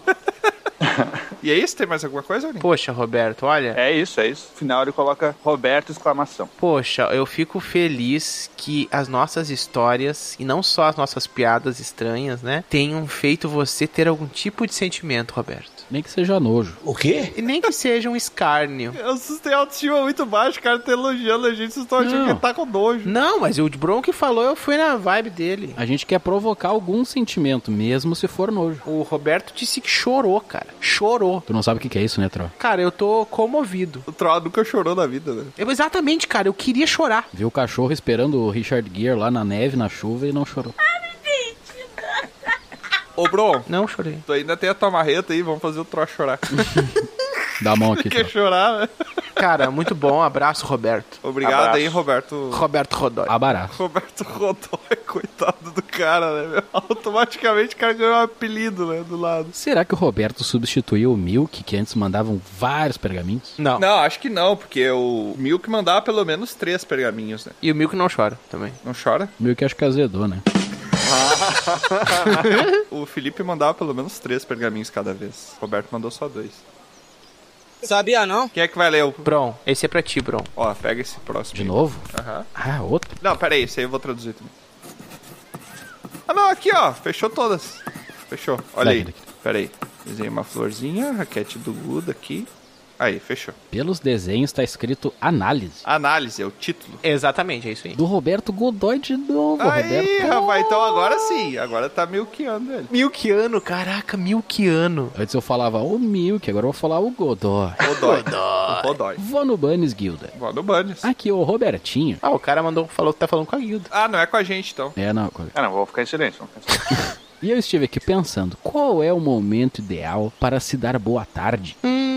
E é isso? Tem mais alguma coisa, Aurinho? Poxa, Roberto, olha. É isso, é isso. No final ele coloca Roberto exclamação. Poxa, eu fico feliz que as nossas histórias, e não só as nossas piadas estranhas, né? Tenham feito você ter algum tipo de sentimento, Roberto. Nem que seja nojo. O quê? E nem que seja um escárnio. Eu sustei a autoestima muito baixa, o cara tá elogiando a gente, vocês estão achando Não. que ele tá com nojo. Não, mas o Bron que falou, eu fui na vibe dele. A gente quer provocar algum sentimento, mesmo se for nojo. O Roberto disse que chorou, cara. Chorou. Tu não sabe o que que é isso, né, Tro? Cara, eu tô comovido. O Troá nunca chorou na vida, né? Eu, exatamente, cara, eu queria chorar. Viu o cachorro esperando o Richard Gere lá na neve, na chuva, e não chorou. Ô, Bron, Não chorei. tu ainda tem a tua marreta aí, vamos fazer o Troá chorar. Dá a mão aqui, Quer Tro. chorar, né? Cara, muito bom. Abraço, Roberto. Obrigado Abraço. aí, Roberto. Roberto Rodói. Abraço. Roberto Rodói, coitado do cara, né? meu? Automaticamente o cara ganhou um apelido, né? Do lado. Será que o Roberto substituiu o Milk, que antes mandavam vários pergaminhos? Não. Não, acho que não, porque o Milk mandava pelo menos três pergaminhos, né? E o Milk não chora também. Não chora? O Milk acho que azedou, né? O Felipe mandava pelo menos três pergaminhos cada vez. O Roberto mandou só dois. Sabia não? Quem é que vai ler o. Bron, esse é pra ti, Bron. Ó, pega esse próximo. De aí. novo? Aham. Ah, outro. Não, pera aí, isso aí eu vou traduzir também. Ah, não, aqui ó, fechou todas. Fechou, olha Daqui, aí. daqui. Pera aí, desenhei uma florzinha, raquete do Guda aqui. Aí, fechou. Pelos desenhos tá escrito análise. Análise é o título. Exatamente, é isso aí. Do Roberto Godoy de novo, Aí, Roberto. tá rapaz, então agora sim, agora tá milqueando ele. Milkiano, caraca, Milkiano. Antes eu falava o Milk, agora eu vou falar o Godoy. Rodói. O Rodói. Vou no Bunnies Guilda. Vó do Bunnies. Aqui, o Robertinho. Ah, o cara mandou, falou que tá falando com a guilda. Ah, não é com a gente então. É, não, colega. Ah, não, vou ficar em silêncio. Vou ficar em silêncio. E eu estive aqui pensando, qual é o momento ideal para se dar boa tarde? Hum.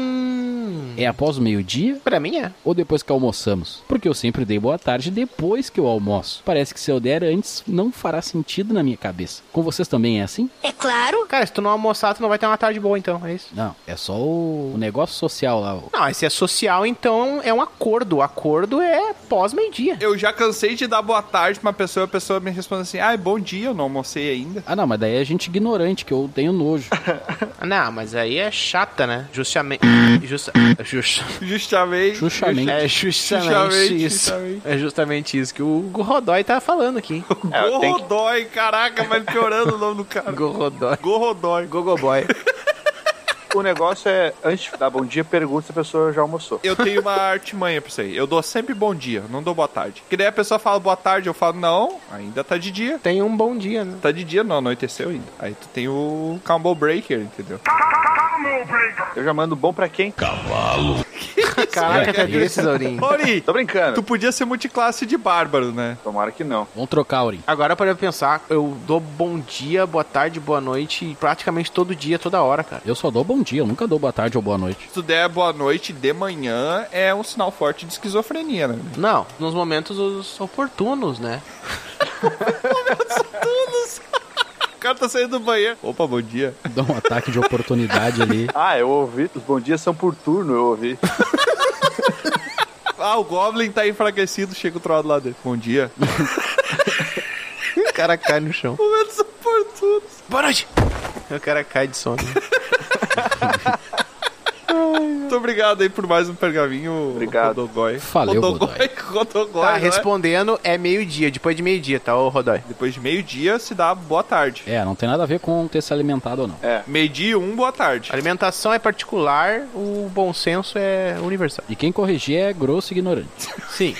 É após o meio-dia Pra mim é. ou depois que almoçamos? Porque eu sempre dei boa tarde depois que eu almoço. Parece que se eu der antes, não fará sentido na minha cabeça. Com vocês também é assim? É claro. Cara, se tu não almoçar, tu não vai ter uma tarde boa, então. É isso. Não, é só o o negócio social lá. o- Não, esse é social, então é um acordo. O acordo é pós-meio-dia. Eu já cansei de dar boa tarde pra uma pessoa e a pessoa me responde assim: ai, bom dia, eu não almocei ainda. Ah, não, mas daí é gente ignorante, que eu tenho nojo. Não, mas aí é chata, né? Justamente. Justa... Justa... Justamente. Justamente. É Justamente, justamente isso. justamente. É justamente isso que o Gorodói tá falando aqui. É, eu tenho que- Rodói, caraca, vai piorando o nome do cara. Gorodói. Gorrodói. Gogoboy. O negócio é, antes de dar bom dia, pergunta se a pessoa já almoçou. Eu tenho uma artimanha pra isso aí. Eu dou sempre bom dia, não dou boa tarde. Que daí a pessoa fala boa tarde, eu falo não, ainda tá de dia. Tenha um bom dia, né? Tá de dia, não, anoiteceu ainda. Aí tu tem o combo breaker, entendeu? Eu já mando bom pra quem? Caraca, até desses, Aurinho. Ori, Tô brincando. tu podia ser multiclasse de bárbaro, né? Tomara que não. Vamos trocar, Aurim. Agora para eu pensar, eu dou bom dia, boa tarde, boa noite praticamente todo dia, toda hora, cara. Eu só dou bom dia, eu nunca dou boa tarde ou boa noite. Se tu der boa noite de manhã, é um sinal forte de esquizofrenia, né? Não, nos momentos os oportunos, né? O cara tá saindo do banheiro. Opa, bom dia. Dá um ataque de oportunidade ali. Ah, eu ouvi. Os bom dias são por turno, eu ouvi. Ah, o Goblin tá enfraquecido, chega o troll do lado dele. Bom dia. O cara cai no chão. Momentos oportunos. Boa noite! O cara cai de sono. Muito obrigado aí por mais um pergaminho, Obrigado. Rodogói. Valeu, Rodogói. Rodogói, Tá, né? respondendo é meio-dia, depois de meio-dia, tá, ô Rodói? Depois de meio-dia se dá boa tarde. É, não tem nada a ver com ter se alimentado ou não. Meio-dia, e um, boa tarde. A alimentação é particular, o bom senso é universal. E quem corrigir é grosso e ignorante. Sim.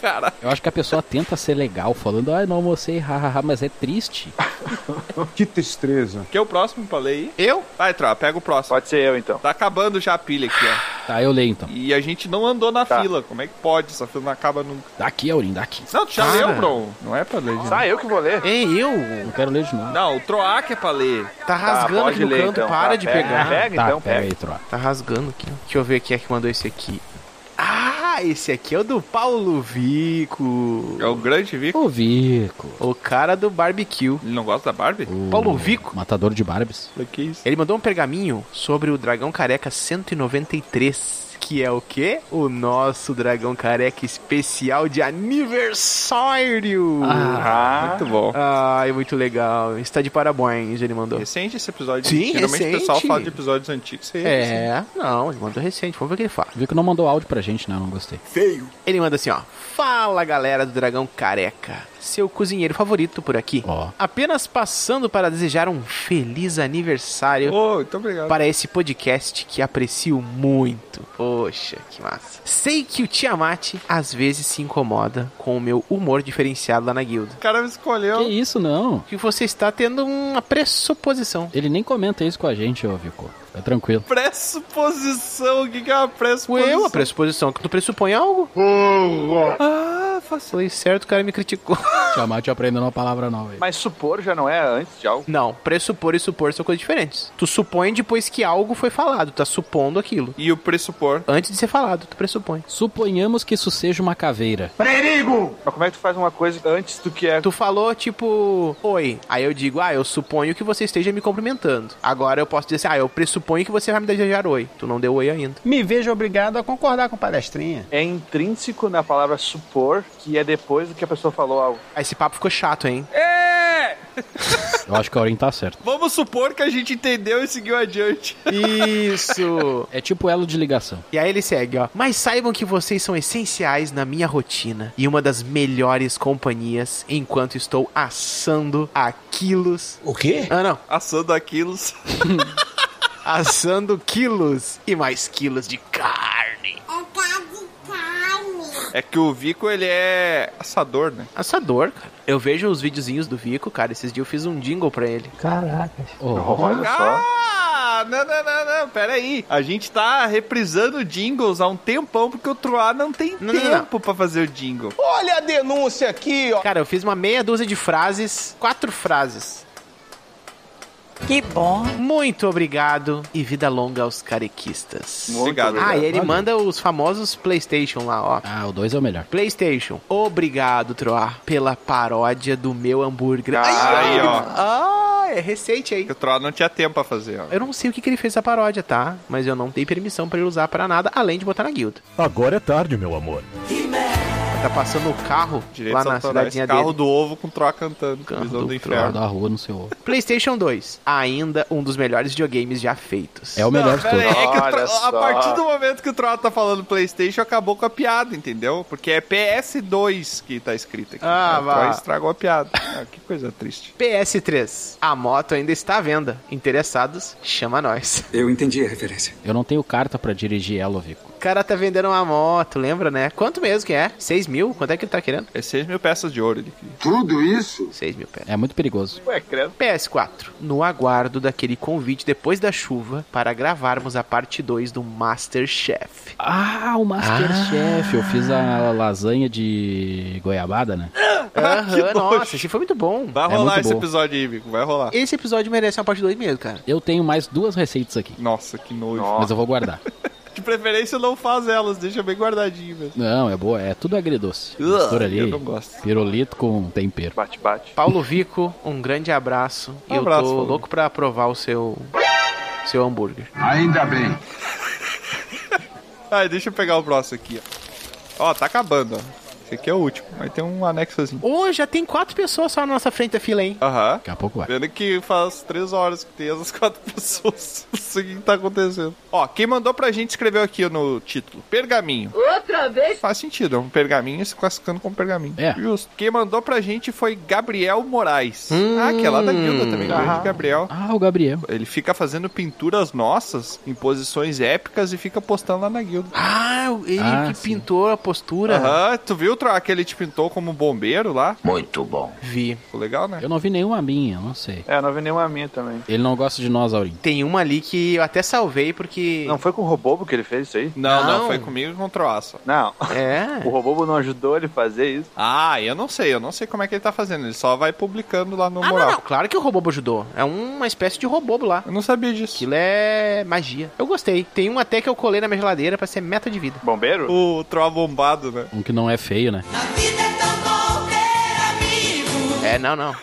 Cara, Eu acho que a pessoa tenta ser legal, falando, ah, não almocei, hahaha, mas é triste. Que tristeza. Que é o próximo pra ler aí? Eu? Vai, Tropa, pega o próximo. Pode ser eu, então. Tá acabando já a pilha aqui, ó. Tá, eu leio então. E a gente não andou na Tá. fila. Como é que pode? Essa fila não acaba nunca. Daqui, Aurim, daqui. Não, tu já Ah. leu, Bron. Não é pra ler. de novo. Ah, eu que vou ler. É eu? Não quero ler de novo. Não, o Troac é pra ler. Tá rasgando pode aqui no ler, canto, então. para Tá, de pega, pegar. Pega, tá, então, pega pega. aí, troca. Tá rasgando aqui. ó. Deixa eu ver quem é que mandou esse aqui. Ah, esse aqui é o do Paulo Vico. É o grande Vico. Ô, Vico. O cara do barbecue. Ele não gosta da Barbie? O Paulo Vico? Matador de Barbies. Que isso? Ele mandou um pergaminho sobre o Dragão Careca 193. Que é o quê? O nosso Dragão Careca especial de aniversário! Ah, Muito bom. Ai, muito legal. Está de parabéns, ele mandou. Recente esse episódio. Sim, Geralmente o pessoal recente. fala de episódios antigos. Isso aí recente. É, não, ele mandou recente, vamos ver o que ele fala. Vico não mandou áudio pra gente, né? Não gostei. Ele manda assim, ó. Fala galera do Dragão Careca, seu cozinheiro favorito por aqui. Ó. Apenas passando para desejar um feliz aniversário Ô, muito obrigado. para esse podcast que aprecio muito. Poxa, que massa. Sei que o Tiamat às vezes se incomoda com o meu humor diferenciado lá na guilda. O cara me escolheu. Que isso, não. Que você está tendo uma pressuposição. Ele nem comenta isso com a gente, ô, Vico. Fica tranquilo. Pressuposição. O que que é uma Ué, pressuposição? eu, a pressuposição que tu pressupõe algo. Ah, faço. Falei certo, o cara me criticou. Tiamat aprendendo uma palavra nova aí. Mas supor já não é antes de algo. Não, pressupor e supor são coisas diferentes. Tu supõe depois que algo foi falado, tá supondo aquilo. E o pressupor. Antes de ser falado, tu pressupõe. Suponhamos que isso seja uma caveira. Mas como é que tu faz uma coisa antes do que é? Tu falou, tipo, oi. Aí eu digo, ah, eu suponho que você esteja me cumprimentando. Agora eu posso dizer assim, ah, eu pressuponho que você vai me desejar oi. Tu não deu oi ainda. Me vejo obrigado a concordar com palestrinha. É intrínseco na palavra supor que é depois do que a pessoa falou algo. Aí Ah, esse papo ficou chato, hein? Eu acho que a Aurim tá certo. Vamos supor que a gente entendeu e seguiu adiante. Isso! É tipo elo de ligação. E aí ele segue, ó. Mas saibam que vocês são essenciais na minha rotina e uma das melhores companhias enquanto estou assando a quilos. O quê? Ah, não. Assando aquilos. assando quilos e mais quilos de carne. É que o Vico, ele é assador, né? Assador, cara. Eu vejo os videozinhos do Vico, cara. Esses dias eu fiz um jingle pra ele. Ó, Olha só. Ah, não, não, não, não, peraí. A gente tá reprisando jingles há um tempão, porque o Troá não tem Não, não, tempo não. pra fazer o jingle. Olha a denúncia aqui, ó. Cara, eu fiz uma meia dúzia de frases, quatro frases. Que bom. Muito obrigado e vida longa aos carequistas. Muito Obrigado. Ah, e ele Valeu. manda os famosos PlayStation lá, ó. Ah, o 2 é o melhor. PlayStation, obrigado, Troar, pela paródia do meu hambúrguer. Ah, aí, ó. Ah, é recente aí. Que o Troá não tinha tempo pra fazer, ó. Eu não sei o que, que ele fez essa paródia, tá? Mas eu não dei permissão pra ele usar pra nada, além de botar na guilda. Agora é tarde, meu amor. Tá passando o carro Direitos lá na autorais, cidadinha carro dele. do ovo com o Troá cantando. Carro visão do do, Troca inferno. da rua no seu ovo. PlayStation 2, ainda um dos melhores videogames já feitos. É o melhor de Pera aí, todos. é que o Olha Tro- a só. partir do momento que o Troá tá falando Playstation, acabou com a piada, entendeu? Porque é PS2 que tá escrito aqui. Ah, o Troá vá. estragou a piada. Ah, que coisa triste. PS3, a moto ainda está à venda. Interessados, chama nós. Eu entendi a referência. Eu não tenho carta pra dirigir ela, Vico. O cara tá vendendo uma moto, lembra, né? Quanto mesmo que é? 6 mil? Quanto é que ele tá querendo? É 6 mil peças de ouro ele queria. 6 mil peças. É muito perigoso. Ué, credo. PS4, no aguardo daquele convite depois da chuva para gravarmos a parte 2 do Masterchef. Ah, o Masterchef. Ah. Eu fiz a lasanha de goiabada, né? Ah, Aham, nojo. nossa, esse foi muito bom. Vai É rolar muito esse bom. episódio aí, Vico. Vai rolar. Esse episódio merece uma parte 2 mesmo, cara. Eu tenho mais duas receitas aqui. Nossa, que nojo. Mas eu vou guardar. De preferência não faz elas, deixa bem guardadinho mesmo. Não, é boa. É tudo agridoce. Ugh, Mistura ali. eu não gosto. Pirulito com tempero. Bate, bate. Paulo Vico, um grande abraço. E Um eu abraço, tô Paulo. louco pra provar o seu seu hambúrguer. Ah, deixa eu pegar o próximo aqui, ó. Ó, tá acabando, ó. Esse aqui é o último, mas tem um anexozinho. Ô, já tem quatro pessoas só na nossa frente da fila, hein? Aham. Daqui a pouco vai. Vendo que faz três horas que tem essas quatro pessoas. Não sei o que tá acontecendo. Ó, quem mandou pra gente escreveu aqui no título: Pergaminho. Outra vez? Faz sentido, é um pergaminho se classificando como pergaminho. É. Justo. Quem mandou pra gente foi Gabriel Moraes. Ah, que é lá da guilda também, grande Gabriel. Ah, o Gabriel. Ele fica fazendo pinturas nossas em posições épicas e fica postando lá na guilda. Ah, ele Ah, que sim. pintou a postura. Aham, tu viu? filtro, aquele te pintou como bombeiro lá. Muito bom. Vi. Ficou legal, né? Eu não vi nenhuma minha, não sei. É, não vi nenhuma minha também. Ele não gosta de nós, Aurim. Tem uma ali que eu até salvei porque. Não foi com o Robobo que ele fez isso aí? Não, não, Não. foi comigo e com o Troaça. Não. É. O Robobo não ajudou ele a fazer isso? Ah, eu não sei, eu não sei como é que ele tá fazendo. Ele só vai publicando lá no Ah, não, mural. não. Claro que o Robobo ajudou. É uma espécie de Robobo lá. Eu não sabia disso. Aquilo é magia. Eu gostei. Tem um até que eu colei na minha geladeira pra ser meta de vida. Bombeiro? O Troa bombado, né? Um que não é feio, né? É, não, não.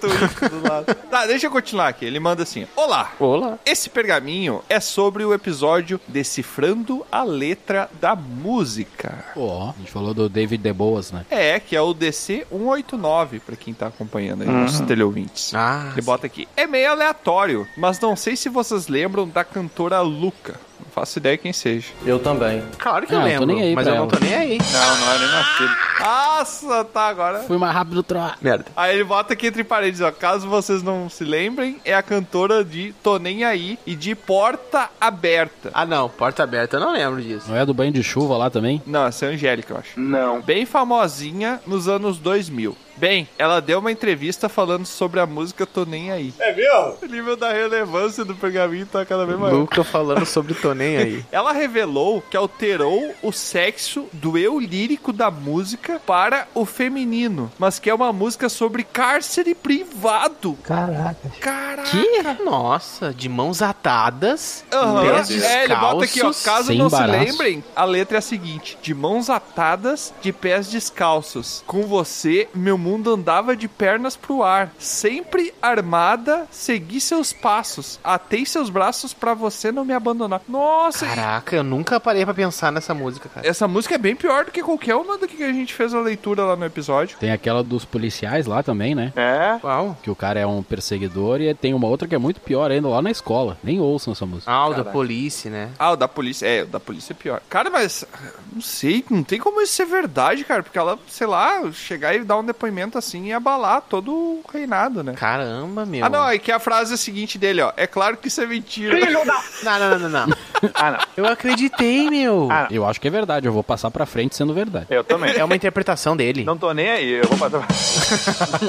Twist do lado. Tá, deixa eu continuar aqui. Ele manda assim: Olá! Olá. Esse pergaminho é sobre o episódio Decifrando a Letra da Música. Ó, a gente falou do David de Boas, né? É, que é o DC 189, pra quem tá acompanhando aí, nossos teleouvintes. Ah, Ele bota aqui. É meio aleatório, mas não sei se vocês lembram da cantora Luca. Não faço ideia quem seja. Eu também. claro que eu Ah, eu tô lembro. nem aí mas eu pra não tô ela. nem aí. Não, não era nem nascido. Nossa, tá agora. Fui mais rápido, Troa. Merda. Aí ele bota aqui entre parênteses, ó. Caso vocês não se lembrem, é a cantora de Tô Nem Aí e de Porta Aberta. Ah, não. Porta aberta, eu não lembro disso. Não é do banho de chuva lá também? Não, essa é a Angélica, eu acho. Não. bem famosinha nos anos 2000. Bem, ela deu uma entrevista falando sobre a música Tô Nem Aí. É mesmo? O nível da relevância do pergaminho tá cada vez maior. Luca falando sobre tô nem aí. Ela revelou que alterou o sexo do eu lírico da música para o feminino, mas que é uma música sobre cárcere privado. Caraca. Caraca! Que? Nossa, de mãos atadas, Aham. pés É, ele bota aqui, ó. descalços. Caso sem não embaraço. se lembrem, a letra é a seguinte: de mãos atadas, de pés descalços. Com você, meu mundo andava de pernas pro ar. Sempre armada, segui seus passos. Atei seus braços pra você não me abandonar. Nossa, e- Caraca, eu nunca parei pra pensar nessa música, cara. essa música é bem pior do que qualquer uma do que a gente fez a leitura lá no episódio. Tem aquela dos policiais lá também, né? É? Qual? Que o cara é um perseguidor e tem uma outra que é muito pior ainda lá na escola. Nem ouçam essa música. Ah, o da polícia, né? Ah, o da polícia. É, o da polícia é pior. Cara, mas. Não sei, não tem como isso ser verdade, cara. Porque ela, sei lá, chegar e dar um depoimento assim e abalar todo o reinado, né? Caramba, meu. Ah, não, é que a frase é a seguinte dele, ó. É claro que isso é mentira. não, não, não, não, não. Ah, não. Eu acreditei, meu. Ah, Eu acho que é verdade, eu vou passar pra frente sendo verdade. Eu também. É uma interpretação dele. Não tô nem aí, eu vou passar.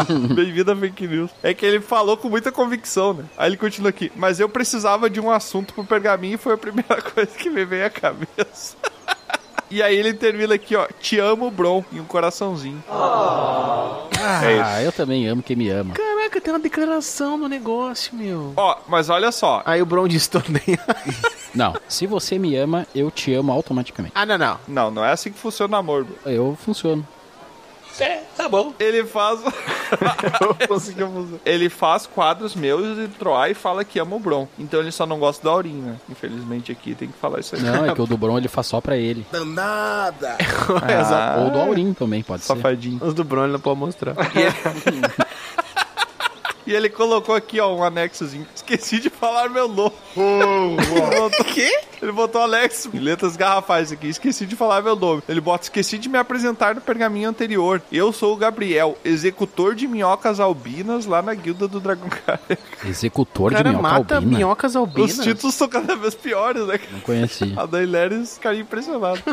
Bem-vindo a fake news. É que ele falou com muita convicção, né? Aí ele continua aqui. Mas eu precisava de um assunto pro pergaminho e foi a primeira coisa que me veio à cabeça. E aí ele termina aqui, ó. Te amo, Bron. E um coraçãozinho. É Ah, eu também amo quem me ama. Caraca, tem uma declaração no negócio, meu. Ó, mas olha só. Aí o Bron disse também. Não, se você me ama, eu te amo automaticamente. ah, não, não. Não, não é assim que funciona o namoro. Bro. Eu funciono. Ele faz. Conseguiu funcionar. ele faz quadros meus e Troar e fala que ama o Bron. Então ele só não gosta da Aurinha. né? Infelizmente aqui tem que falar isso aí. Não, é que o do Bron ele faz só pra ele. Ah, Exato. é. Ou do Aurim também, pode ser. Safadinho. Os do Bron ele não pode mostrar. E ele colocou aqui, ó, um anexozinho. Esqueci de falar meu nome. O quê? Ele botou Alex em letras garrafais aqui. Esqueci de falar meu nome. Ele bota, esqueci de me apresentar no pergaminho anterior. Eu sou o Gabriel, executor de minhocas albinas lá na guilda do Dragon Careca. O Executor de cara minhoca mata albina. minhocas albinas. Os títulos são cada vez piores, né? Não conheci. A Daenerys ficaria impressionada.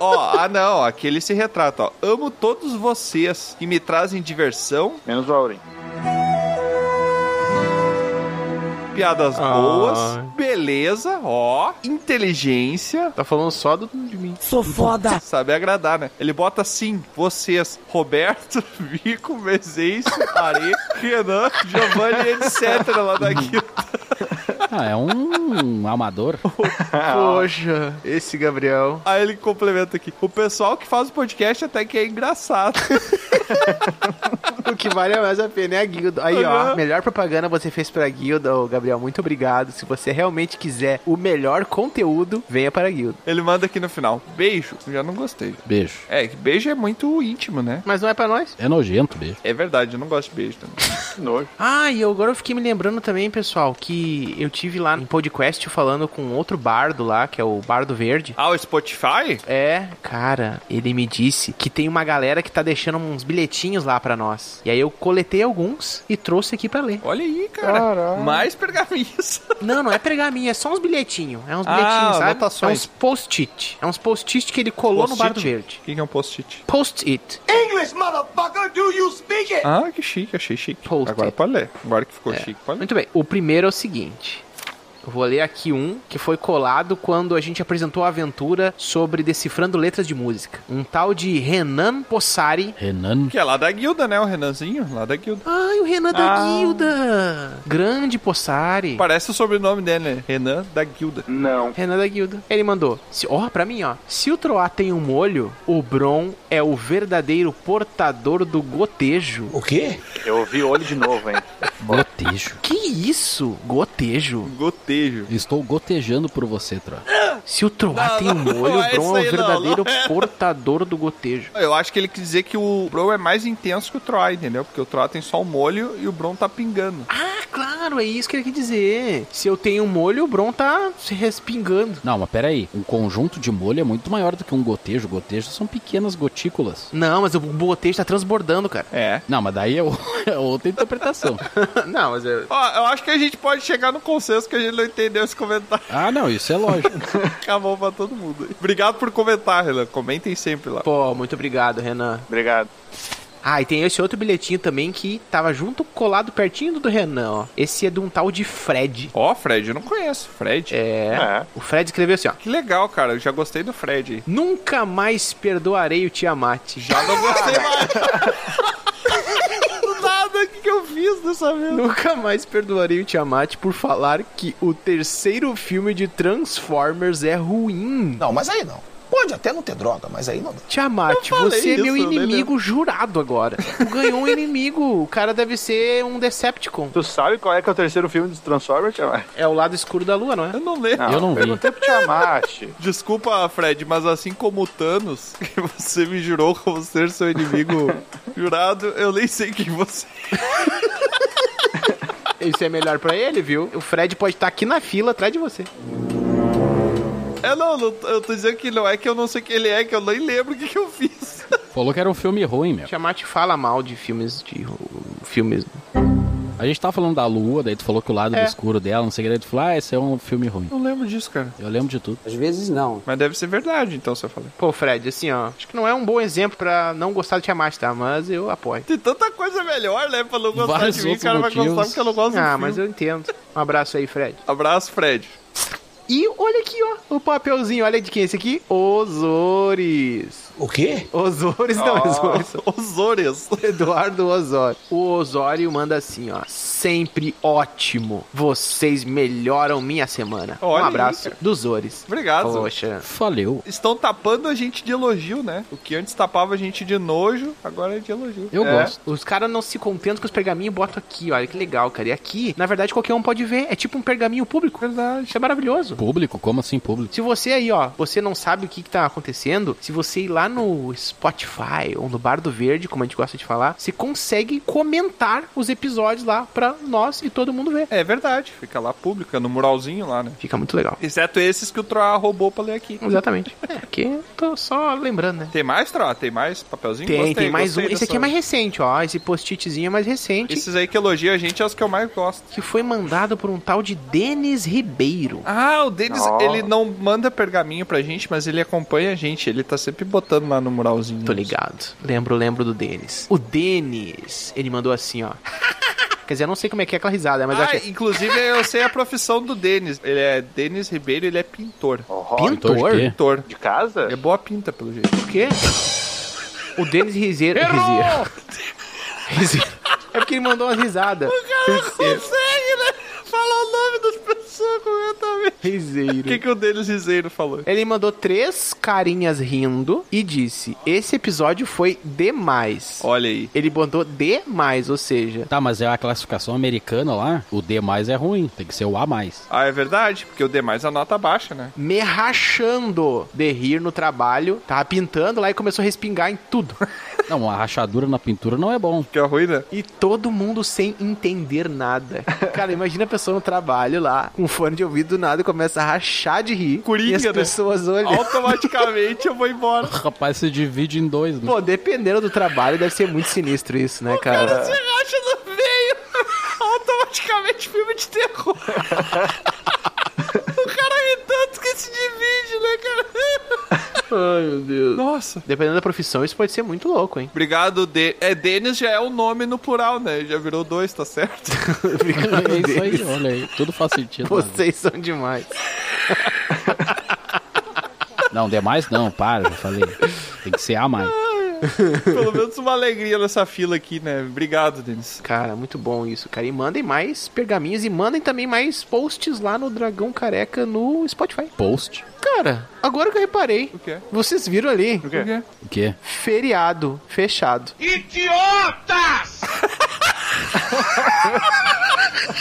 Ó, ah não, aqui ele se retrata, ó. Amo todos vocês que me trazem diversão, Menos o Aurim. piadas Ah. boas, beleza, ó, inteligência. Tá falando só do, de mim. Sou foda. Saber agradar, né? Ele bota assim, vocês, Roberto, Vico, Mezencio, Are, Renan, Giovanni, etc. lá da guilda. Ah, é um amador. Ah, Poxa, esse Gabriel. Aí ele complementa aqui. O pessoal que faz o podcast até que é engraçado. O que vale mais a pena é a guilda. Aí, ó, melhor propaganda você fez pra guilda, ô, Gabriel. Muito obrigado. Se você realmente quiser o melhor conteúdo, venha para a guilda. Ele manda aqui no final, beijo. Eu já não gostei. Beijo. É, que beijo é muito íntimo, né? Mas não é pra nós? É nojento, beijo. É verdade, eu não gosto de beijo também. Que nojo. Ah, e eu- agora eu fiquei me lembrando também, pessoal, que eu tive lá em podcast falando com outro bardo lá, que é o Bardo Verde. Ah, o Spotify? É, cara, ele me disse que tem uma galera que tá deixando uns bilhetinhos lá pra nós. pergaminhos. E aí eu coletei alguns e trouxe aqui pra ler. Olha aí, cara. Mais pergaminhos. Não, não é pergaminho, é só uns bilhetinhos. É uns Ah, bilhetinhos, sabe? anotações. É uns post-it. É uns post-it que ele colou no Post-it? Bar do Verde. O que que é um post-it? Post-it. English, motherfucker, do you speak it? Ah, que chique, achei chique. Agora pode ler. Agora que ficou chique, pode ler. Muito bem. O primeiro é o seguinte. Eu vou ler aqui um que foi colado quando a gente apresentou a aventura sobre decifrando letras de música. Um tal de Renan Possari. Renan? Que é lá da guilda, né? O Renanzinho, lá da guilda. Ai, o Renan da Ah. Guilda! Grande Possari. Parece o sobrenome dele, né? Renan da Guilda. Não. Renan da Guilda. Ele mandou. se- Ó, pra mim, ó. Se o Troá tem um molho, o Bron é o verdadeiro portador do gotejo. O quê? Eu ouvi olho de novo, hein? Gotejo. Que é isso? Gotejo? Gotejo. Estou gotejando por você, Tro. Se o Troá tem um molho, não o é Bron é isso o aí, não, verdadeiro não é. portador do gotejo. Eu acho que ele quis dizer que o Bron é mais intenso que o Troá, entendeu? Porque o Troá tem só o molho e o Bron tá pingando. Ah, claro, é isso que ele quer dizer. Se eu tenho um molho, o Bron tá se respingando. Não, mas peraí. Um conjunto de molho é muito maior do que um gotejo. Gotejo são pequenas gotículas. Não, mas o gotejo tá transbordando, cara. É. Não, mas daí é, o- é outra interpretação. Não, mas eu... Ó, eu acho que a gente pode chegar no consenso que a gente não entendeu esse comentário. Ah, não, isso é lógico. Acabou pra todo mundo. aí. Obrigado por comentar, Renan. Comentem sempre lá. Pô, muito obrigado, Renan. Obrigado. Ah, e tem esse outro bilhetinho também que tava junto, colado pertinho do do Renan, ó. Esse é de um tal de Fred. Ó, Fred, eu não conheço. Fred. É. É. O Fred escreveu assim, ó. Que legal, cara. Eu já gostei do Fred. Nunca mais perdoarei o Tiamat. Já não gostei mais. Do nada, o que, que eu fiz dessa vez? Nunca mais perdoarei o Tiamat por falar que o terceiro filme de Transformers é ruim. Não, mas aí não. Pode até não ter droga, mas aí não dá. Tiamat, Eu falei você é isso, né, meu eu nem inimigo jurado agora. Tu ganhou um inimigo. O cara deve ser um Decepticon. Tu sabe qual é que é o terceiro filme dos Transformers, Tiamat? É o lado escuro da lua, não é? Eu não lembro. Eu não vi. Perguntei pro Tiamat. Desculpa, Fred, mas assim como o Thanos, que você me jurou como ser seu inimigo jurado, eu nem sei quem você é. Isso é melhor pra ele, viu? O Fred pode estar aqui na fila atrás de você. É, não, não, eu tô dizendo que não é que eu não sei quem ele é, que eu nem lembro o que, que eu fiz. Falou que era um filme ruim, meu. Tiamat fala mal de filmes de filmes. A gente tava falando da lua, daí tu falou que o lado É. escuro dela, não sei o que, daí tu falou, ah, esse é um filme ruim. Não lembro disso, cara. Eu lembro de tudo. Às vezes não. Mas deve ser verdade, então, se eu falei. Pô, Fred, assim, ó, acho que não é um bom exemplo pra não gostar do Tiamat, tá? Mas eu apoio. Tem tanta coisa melhor, né, pra não gostar Vários de mim. O outros cara vai motivos. gostar porque eu não gosto Ah, do mas filme. eu entendo. Um abraço aí, Fred. Abraço, Fred. E olha aqui, ó, o papelzinho, olha de quem é esse aqui? Osores. O quê? Osores, não, é Ah. Osores. é Osores. Eduardo Osório. O Osório manda assim, ó. Sempre ótimo. Vocês melhoram minha semana. Olha um aí, abraço cara. dos Ores. Obrigado. Poxa. Faleu. Estão tapando a gente de elogio, né? O que antes tapava a gente de nojo, agora é de elogio. Eu É. gosto. Os caras não se contentam com os pergaminhos e botam aqui, olha que legal, cara. E aqui, na verdade, qualquer um pode ver. É tipo um pergaminho público. Verdade. Isso é maravilhoso. Público? Como assim público? Se você aí, ó, você não sabe o que, que tá acontecendo, se você ir lá no Spotify ou no Bar do Verde, como a gente gosta de falar, você consegue comentar os episódios lá pra nós e todo mundo ver. É verdade, fica lá pública, no muralzinho lá, né? Fica muito legal. Exceto esses que o Troá roubou pra ler aqui. Exatamente. É, aqui eu tô só lembrando, né? Tem mais, Troá? Tem mais papelzinho? Tem, Gostei, tem mais um. gostei Esse aqui dessa- é mais recente, ó. Esse post-itzinho é mais recente. Esses aí que elogiam a gente é os que eu mais gosto. Que foi mandado por um tal de Denis Ribeiro. Ah, o Denis, Ó. ele não manda pergaminho pra gente, mas ele acompanha a gente. Ele tá sempre botando lá no muralzinho. Tô ligado. Lembro, lembro do Denis. O Denis, ele mandou assim, ó. Quer dizer, eu não sei como é que é aquela risada, mas eu ah, acho que inclusive eu sei a profissão do Denis. Ele é Denis Ribeiro, ele é pintor. Ó, é pintor. de quê? Pintor. de casa? É boa pinta, pelo jeito. Por quê? O Denis Rizeiro. Rizeiro. Rizeiro. É porque ele mandou umas risadas. Consegue, né? Falar o nome das pessoas corretamente. O Rizeiro. que, que o Denis Rizeiro falou? Ele mandou três carinhas rindo e disse: Esse episódio foi demais. Olha aí. Ele mandou demais, ou seja, Tá, mas é a classificação americana lá. O D mais é ruim. Tem que ser o A mais. Ah, é verdade, porque o demais a nota baixa, né? me rachando de rir no trabalho. Tava pintando lá e começou a respingar em tudo. Não, uma rachadura na pintura não é bom. Que é ruim, né? E todo mundo sem entender nada. Cara, imagina a pessoa no trabalho lá, com um fone de ouvido do nada, e começa a rachar de rir. Coringa, e as né? pessoas olham. Automaticamente eu vou embora. O rapaz se divide em dois, né? Pô, dependendo do trabalho, deve ser muito sinistro isso, né, cara? Você racha no meio. Automaticamente filme de terror. o cara ri tanto que se divide, né, cara? Ai, meu Deus. Nossa. Dependendo da profissão, isso pode ser muito louco, hein? Obrigado, De... É, Denis já é o nome no plural, né? Já virou dois, tá certo? É isso aí, olha aí. Tudo faz sentido. né? Vocês são demais. Não, demais não, para, já falei. Tem que ser a mais. Pelo menos uma alegria nessa fila aqui, né? Obrigado, Denis. Cara, muito bom isso, cara. E mandem mais pergaminhos e mandem também mais posts lá no Dragão Careca no Spotify. Post? Cara, agora que eu reparei. O quê? Vocês viram ali? O quê? O quê? Feriado fechado. Idiotas!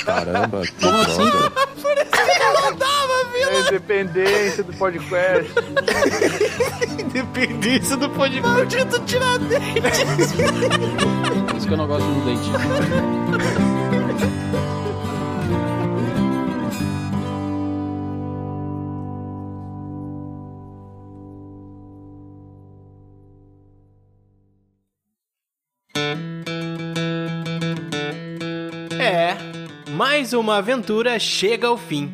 Caramba. que Como assim? droga. Por isso que eu não dava, viu? É a independência do podcast. Independência do podcast. Maldito tiradentes! Por isso que eu não gosto um do dente. É, mais uma aventura chega ao fim.